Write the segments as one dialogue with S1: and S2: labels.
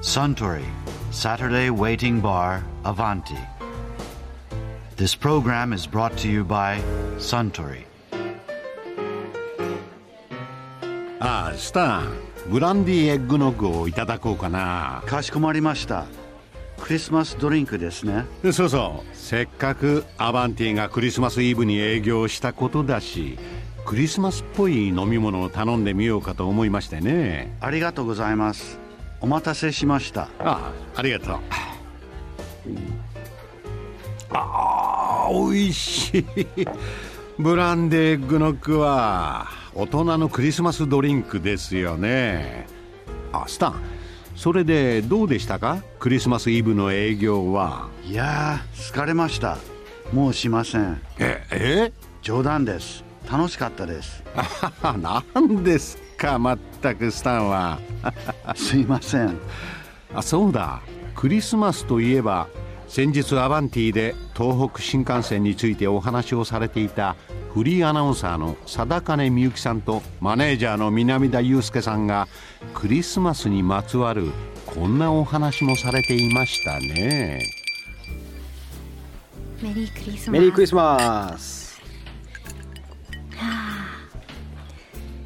S1: Suntory Saturday Waiting Bar Avanti. This program is brought to you by Suntory.
S2: ああスタンブランディエッグノッグをいただこうかな
S1: かしこまりました。クリスマスドリンクですね。
S2: でそうそうせっかくアバンティがクリスマスイブに営業したことだしクリスマスっぽい飲み物を頼んでみようかと思いましてね
S1: ありがとうございます。お待たせしました。
S2: ああありがとうああ美味しいブランデーエッグノッグは大人のクリスマスドリンクですよねあスタンそれでどうでしたかクリスマスイブの営業はい
S1: やー、疲れました。もうしません。
S2: ええ
S1: 冗談です。楽しかった です。
S2: あなんですかまったくスタンは
S1: すいません。
S2: あそうだクリスマスといえば先日アバンティで東北新幹線についてお話をされていたフリーアナウンサーの貞金みゆきさんとマネージャーの南田祐介さんがクリスマスにまつわるこんなお話もされていましたね
S3: メリークリスマス
S4: メリークリスマス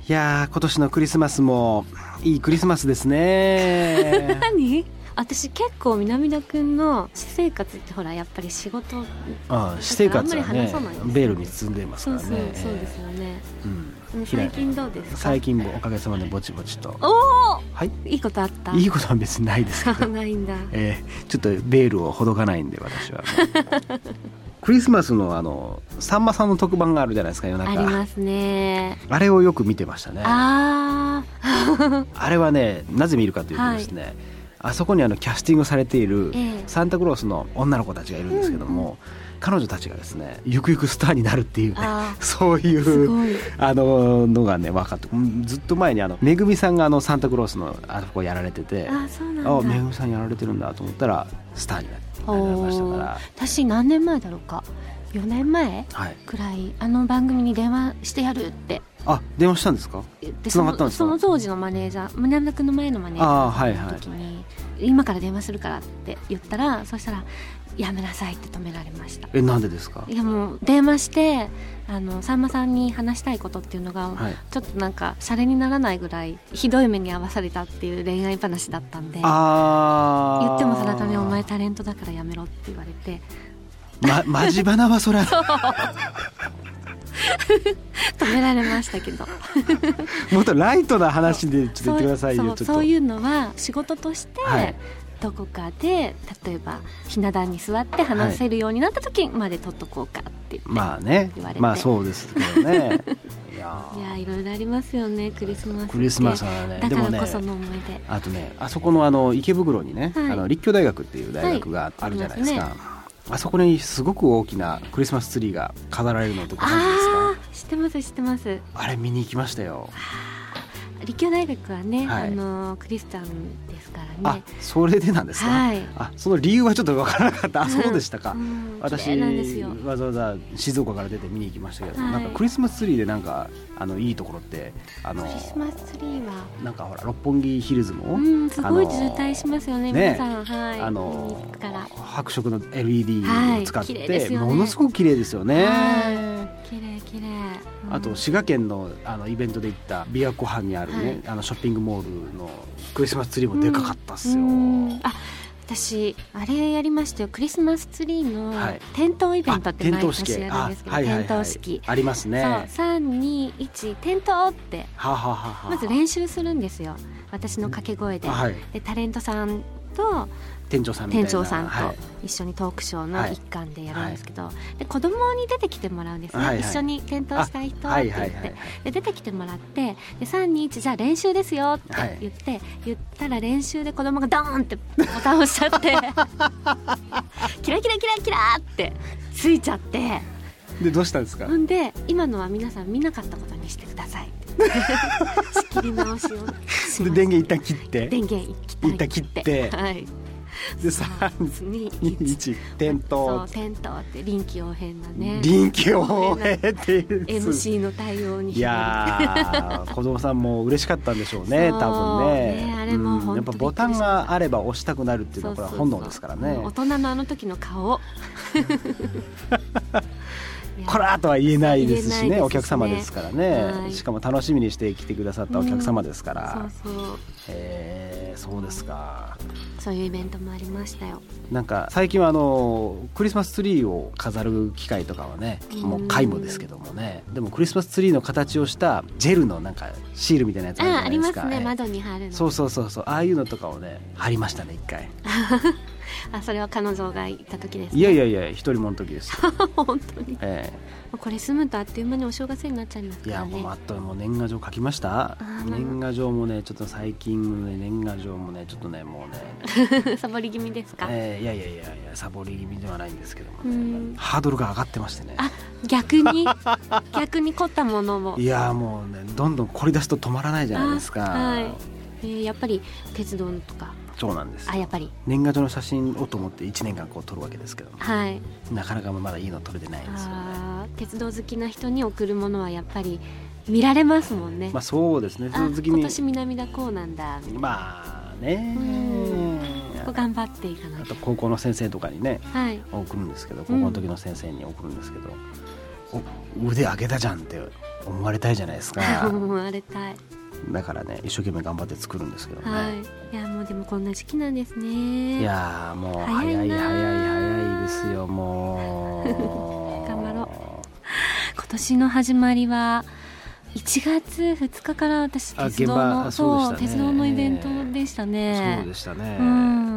S4: いやー今年のクリスマスもいいクリスマスですね
S3: 何私結構南田くんの私生活ってほらやっぱり仕事
S4: ああ私生
S3: あ
S4: 活は
S3: んまり話
S4: ね
S3: さないですね
S4: ベールに包んでいます
S3: そ
S4: か
S3: う
S4: ら
S3: そ
S4: ね
S3: うそうですよね、
S4: うん
S3: 最近どうですか
S4: 最近もおかげさまでぼちぼちと
S3: おお
S4: はい
S3: いいことあった
S4: いいことは別にないですけど、
S3: ないんだ
S4: えーちょっとベールをほどかないんで私は クリスマスのあのさんまさんの特番があるじゃないですか夜
S3: あり
S4: 中
S3: ますね
S4: あれをよく見てましたね
S3: あー
S4: あれはねなぜ見るかというとですね、あそこにあのキャスティングされている
S3: ええ
S4: サンタクロースの女の子たちがいるんですけども、彼女たちがですねゆくゆくスターになるっていうね
S3: あー
S4: そうい
S3: す
S4: う
S3: ごい
S4: あののがね分かってうんずっと前にあのめぐみさんがあのサンタクロースのあそこやられてて
S3: あそうなんだ
S4: あめぐみさんやられてるんだと思ったらスターにななりましたから
S3: おー。私何年前だろうか4年前
S4: はい、
S3: くらいあの番組に電話してやるって
S4: あ電話したんですか
S3: 言って
S4: 繋
S3: そ
S4: がったん
S3: の
S4: ですか
S3: その当時のマネージャー南田君の前のマネージャー
S4: ああはい
S3: の
S4: はい
S3: 時に「今から電話するから」って言ったらそしたら「やめなさい」って止められました
S4: えなんでですか
S3: いやもう電話してあのさんまさんに話したいことっていうのが、
S4: はい
S3: ちょっとなんかシャレにならないぐらいひどい目に遭わされたっていう恋愛話だったんで
S4: ああ
S3: 言っても定めお前タレントだからやめろって言われて
S4: まマジバナはそれ
S3: 止められましたけど
S4: もっとライトな話でちょっと言ってくださいよ
S3: そう
S4: ちょっと
S3: そういうのは仕事として、
S4: はい
S3: どこかで例えばひな壇に座って話せるようになった時まで撮っとこうかって言って、
S4: まあね
S3: 言われて
S4: まあそうですけ どねいやー
S3: いやいろいろありますよねクリスマスって
S4: クリスマスはね
S3: だ
S4: で
S3: か
S4: も
S3: ら
S4: ね
S3: こその思い出、
S4: あとねあそこのあの池袋にね、
S3: はい
S4: あの立教大学っていう大学があるじゃないですか、
S3: はいあ
S4: あそこにすごく大きなクリスマスツリーが飾られるのとご存知です
S3: あ
S4: か
S3: あ知ってます知ってます
S4: あれ見に行きましたよ、
S3: 立教大学はね、
S4: はい
S3: あのクリスチャンですから
S4: あ
S3: ね
S4: それでなんですか、
S3: はい
S4: あその理由はちょっとわからなかったあそうでしたか、
S3: うん綺
S4: 私
S3: 麗なんですよ
S4: わざわざ静岡から出て見に行きましたけど、
S3: はい
S4: なんかクリスマスツリーでなんかあのいいところってあの
S3: クリスマスツリーは
S4: なんかほら六本木ヒルズも、
S3: うんすごい
S4: あの
S3: 渋滞しますよね皆
S4: ね
S3: さんはい
S4: あ
S3: 見に
S4: の
S3: 行くから
S4: 白色の LED
S3: は
S4: を
S3: い
S4: 使って、
S3: 綺麗ですよね
S4: ものすごく綺麗ですよね、
S3: は綺麗綺麗
S4: あ
S3: う
S4: と
S3: ん
S4: 滋賀県のあのイベントで行った琵琶湖畔にあるね、
S3: はい
S4: あのショッピングモールのクリスマスツリーもでかかったっすよ、
S3: うんあ私あれやりましたよクリスマスツリーの
S4: はい
S3: 点灯イベントって毎
S4: 灯
S3: 年やるん
S4: あ
S3: ですけど
S4: はいはいはい
S3: 点灯式
S4: ありますね
S3: そう
S4: は
S3: 321点灯って
S4: ははは
S3: まず練習するんですよ私の掛け声で
S4: あはい
S3: でタレントさんと
S4: 店長さんみたい
S3: 店
S4: な
S3: 長さん
S4: は
S3: と
S4: い
S3: 一緒にトークショーの
S4: はい
S3: 一環でやるんですけど、で子供に出てきてもらうんですね、
S4: はいはい
S3: 一緒に点灯したい人っ
S4: は
S3: て
S4: い
S3: 言って、
S4: はいはい
S3: で出てきてもらってで321じゃあ練習ですよって
S4: はい
S3: 言って、言ったら練習で子供がドーンってボタン押しちゃ ってキラキラキラキラってついちゃって
S4: でどうしたんですか、
S3: ほんで今のは皆さん見なかったことにしてくださいって 仕切り直しをしました
S4: で電源一旦切って
S3: 電源一旦
S4: 一旦切って
S3: はい
S4: で3
S3: に
S4: 21転
S3: そう
S4: 倒
S3: 転倒って臨機応変なね
S4: 臨機応 変っていう
S3: MC の対応に
S4: いや ー子供さんも嬉しかったんでしょうね
S3: そう
S4: 多分ね
S3: ねあれも
S4: うんや
S3: 本
S4: っぱ
S3: 当
S4: ボタンがあれば押したくなるっていうのはこれは本能ですからね
S3: そうそうそううん大人のあの時の 顔いや
S4: こらーとは言えないですし
S3: 言えないです
S4: ね
S3: ね
S4: お客様ですからね、
S3: はい
S4: しかも楽しみにして来てくださったお客様ですから、
S3: そうそう
S4: へーそうですか
S3: そういうイベントもありましたよ
S4: なんか最近はあのクリスマスツリーを飾る機会とかはねもう皆無ですけどもねでもクリスマスツリーの形をしたジェルのなんかシールみたいなやつあるじ
S3: あ
S4: ゃ
S3: あ
S4: ない
S3: り
S4: で
S3: ますす
S4: か
S3: ね
S4: ええ
S3: 窓に貼るの
S4: そうそうそうそうああいうのとかをね貼りましたね一回
S3: あそれは彼女が行った時です
S4: いやいやいや一人もの時ですよ、
S3: 本当に
S4: え
S3: これ住むとあっという間にお正月になっちゃいます
S4: えい
S3: か
S4: や
S3: ら
S4: も
S3: ね
S4: うマットもう年賀状書きました
S3: ー
S4: 年賀状もねちょっと最近のね年賀状もねちょっとねもう ね、
S3: サボり気味ですか、
S4: ええいやいやいやいやサボり気味ではないんですけども、
S3: うん
S4: ね、ハードルが上がってましてね
S3: あ逆に 逆に凝ったものも
S4: いやーもうねどんどん凝り出すと止まらないじゃないですか、
S3: あはいえーやっぱり鉄道とか
S4: そうなんです
S3: あやっぱり
S4: 年賀状の写真をと思って1年間こう撮るわけですけども
S3: はい
S4: なかなかまだいいの撮れてないんですよね
S3: あー鉄道好きな人に贈るものはやっぱり見られますもんね、
S4: まあそうですね
S3: あ
S4: 続き
S3: 今
S4: に
S3: 年南田こうなんだ
S4: まあね
S3: うんここ頑張っていかな
S4: あ
S3: いと
S4: と高校の先生とかにね
S3: はい
S4: 送るんですけど高校の時の先生に送るんですけど、お腕上げたじゃんって思われたいじゃないですか
S3: 思われたい
S4: だからね一生懸命頑張って作るんですけどね、
S3: はいいやもうでもこんな時期なんですね
S4: いやーもう
S3: 早
S4: 早い
S3: いなー
S4: 早い早いですよも う
S3: 頑張ろ今年の始まりは1月2日から私
S4: あ
S3: 鉄道の
S4: 現場そうでしたね
S3: 鉄道のイベントでしたね
S4: そうでしたね、
S3: うん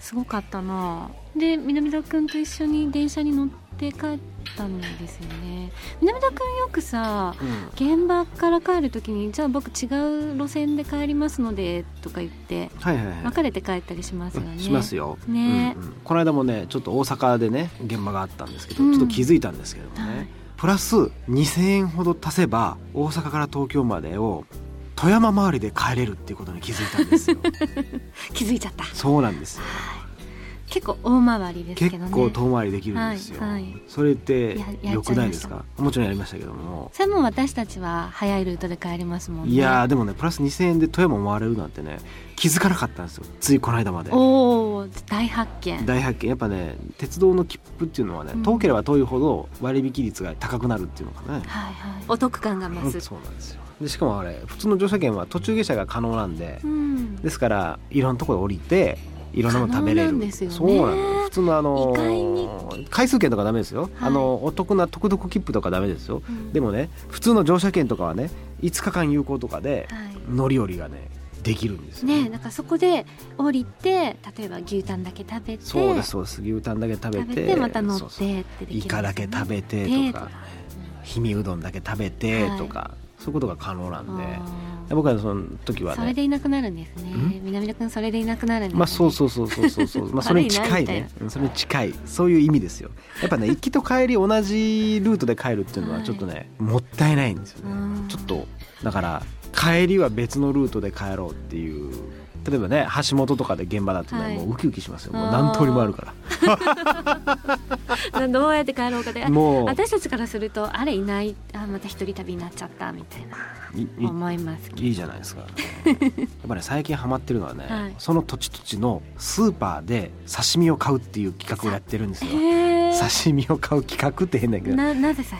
S3: すごかったなで南田君と一緒に電車に乗って帰ったんですよね南田君よくさ
S4: うん
S3: 現場から帰る時にじゃあ僕違う路線で帰りますのでとか言って
S4: はいはいはい
S3: 別れて帰ったりしますよね、
S4: しますよ、
S3: ね
S4: うんうんこの間もねちょっと大阪でね現場があったんですけど、
S3: うん
S4: ちょっと気づいたんですけどもね、
S3: はい
S4: プラス2,000円ほど足せば大阪から東京までを富山周りで帰れるっていうことに気づいた んですよ
S3: 気づいちゃった
S4: そうなんですよ
S3: 結構大回りですけど
S4: 結
S3: ね
S4: 構遠回りできるんですよ、
S3: はいはい
S4: それっ
S3: ややっ
S4: て
S3: ちゃいました
S4: 良くないですかもちろんやりましたけども
S3: それも私たちは早いルートで帰りますもんね
S4: いやーでもねプラス2,000円で富山回れるなんてね気づかなかったんですよついこの間まで
S3: おお大発見
S4: 大発見やっぱね鉄道の切符っていうのはね、
S3: うん
S4: 遠ければ遠いほど割引率が高くなるっていうのかね、
S3: はいはいお得感が
S4: うん
S3: 増す
S4: そうなんですよでしかもあれ普通の乗車券は途中下車が可能なんで、
S3: うん
S4: ですからいろんなところで降りていろんなもの食べれる
S3: 可能なんですよね
S4: そうなの普通のあの
S3: 意
S4: 回数券とかダメですよ、
S3: はい
S4: あのお得な特々切符とかダメですよ
S3: うん
S4: でもね普通の乗車券とかはね5日間有効とかで
S3: はい
S4: 乗り降りがねできるんですよ
S3: ねなんかそこで降りて例えば牛タンだけ食べて
S4: そうですそうです牛タンだけ食べて
S3: 食べてまた乗って
S4: そう
S3: っ
S4: そう
S3: てできるんですね
S4: イカだけ食べてとか
S3: で
S4: 氷見うどんだけ食べてとか、そういうことが可能な
S3: うんん
S4: で
S3: あー
S4: 僕はその時は
S3: それ
S4: ね
S3: でいなくなるんですね
S4: ん
S3: 南田君それでいなくなるんです、ね、
S4: まあそうそうそうそうそうそうまあそれに近
S3: 悪
S4: い
S3: いな
S4: ね
S3: み
S4: うんそれに近いそういう意味ですよやっぱね行きと帰り同じルートで帰るっていうのは
S3: はい
S4: ちょっとねもったいないんですよ
S3: うん
S4: ねちょっとだから帰りは別のルートで帰ろうっていう例えばね橋本とかで現場だとね、
S3: はい
S4: もうウキウキしますよも
S3: あ
S4: う
S3: ー
S4: 何通りもあるか
S3: などうやって帰ろうかで
S4: らもう
S3: 私たちからするとあれいないあまた一人旅になっちゃったみたいない
S4: い
S3: 思いますけど
S4: いいじゃな いですかやっぱね最近ハマってるのはね、
S3: はい
S4: その土地土地のスーパーで刺身を買うっていう企画をやってるんですよ
S3: へー
S4: 刺身を買う企画って変だけど
S3: ななぜ刺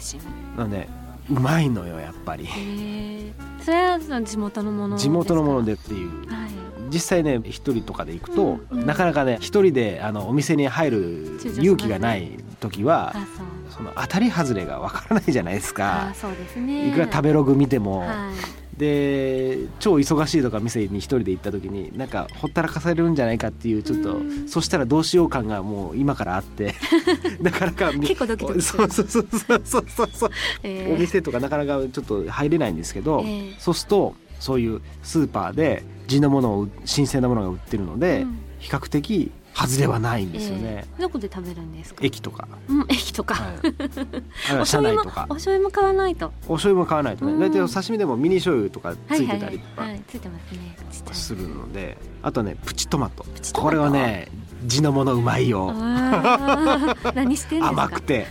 S3: 身
S4: なんでうまいのよやっぱり
S3: へーそれはその地元のもの
S4: 地元のもの
S3: で
S4: でっていう
S3: すかはい
S4: 実際ね一人とかで行くと、
S3: うんうん
S4: なかなかね一人であのお店に入る勇気がない時は、
S3: あそう
S4: その当たり外れがわからないじゃないです
S3: あ
S4: か、
S3: そうですね
S4: いくら食べログ見ても、
S3: はい
S4: で超忙しいとか店に一人で行った時になんかほったらかされるんじゃないかっていうちょっと、
S3: うん
S4: そしたらどうしよう感がもう今からあって なかなか
S3: 結構ドキドキす
S4: そう
S3: る
S4: そうそうそうそうそうそう
S3: え
S4: お店とかなかなかちょっと入れないんですけど、
S3: えー
S4: そうするとそういうスーパーで地のものを新鮮なものが売ってるので、
S3: うん
S4: 比較的外れはないんですよ
S3: え
S4: ね、
S3: えどこで食べるんですか
S4: 駅とか、
S3: うん、駅とか、
S4: はい、あるいは車
S3: 醤
S4: 内
S3: 油
S4: と
S3: も
S4: か
S3: お醤油も買わないと
S4: お醤油も買わないと
S3: うん
S4: ね大体お刺身でもミニ醤油とかついてた
S3: はいはい
S4: りとか
S3: はいはい、ついてますねちっちゃい
S4: するのであとねプチトマト
S3: プチトマト
S4: これはね地のものうまいよ
S3: あー 何してんですか
S4: 甘くて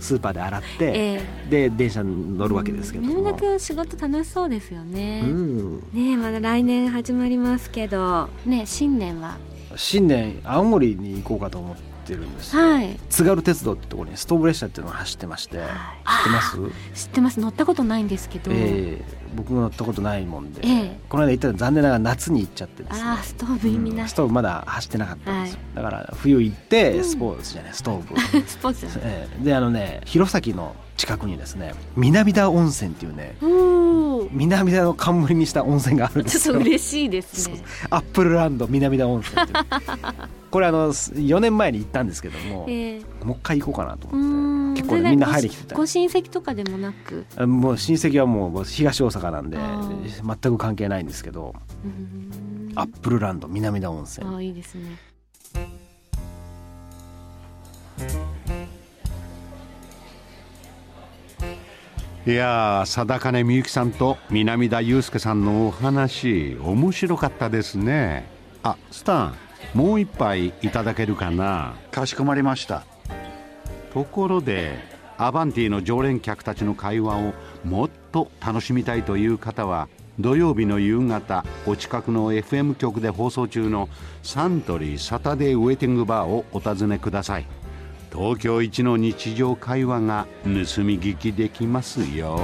S4: スーパーで洗って
S3: え
S4: で電車に乗るわけです
S3: え
S4: けど
S3: 南田
S4: も
S3: 君仕事楽しそうですよ
S4: う
S3: ね、
S4: ん
S3: ねえまだ来年始まりますけどねえ新年は
S4: 新年青森に行こうかと思ってるんですよ
S3: はい
S4: 津軽鉄道ってところにストーブ列車っていうのが走ってまして知ってます
S3: 知ってます乗ったことないんですけど、
S4: ええ僕も乗ったことないもんで、
S3: ええ
S4: この間行ったら残念ながら夏に行っちゃってですね
S3: ああストーブ意味な
S4: うん
S3: い、
S4: ストーブまだ走ってなかったんですよ、だから冬行ってスポーツじゃないストーブ、
S3: スポーツじゃない
S4: ええであのね弘前の近くにですね南田温泉っていうね
S3: お ー
S4: 南田の冠にした温泉があるんで
S3: ちょっ
S4: す
S3: と
S4: よ
S3: 嬉しいですね
S4: アップルランド南田温泉っていうこれあの4年前に行ったんですけども、
S3: ええ
S4: もう一回行こうかなと
S3: う
S4: 思
S3: ー
S4: っ
S3: ん
S4: て結構
S3: それ
S4: ね
S3: が
S4: みんな入りきてた
S3: ご親戚とかでもなく、
S4: あもう親戚はもう東大阪なんで
S3: あ
S4: 全
S3: ー
S4: く関係ないんですけど
S3: うーん
S4: アップルランド南田温泉
S3: ああいいですね
S2: いやー定金みゆきさんと南田祐介さんのお話面白かったですねあスタンもう一杯いただけるかな
S1: かしこまりました。
S2: ところでアバンティの常連客たちの会話をもっと楽しみたいという方は土曜日の夕方お近くの FM 局で放送中のサントリーサタデーウェイティングバーをお尋ねください東京一の日常会話が盗み聞きできますよ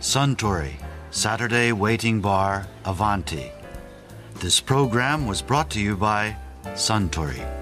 S1: Suntory, Saturday Waiting Bar, Avanti. This program was brought to you by Suntory.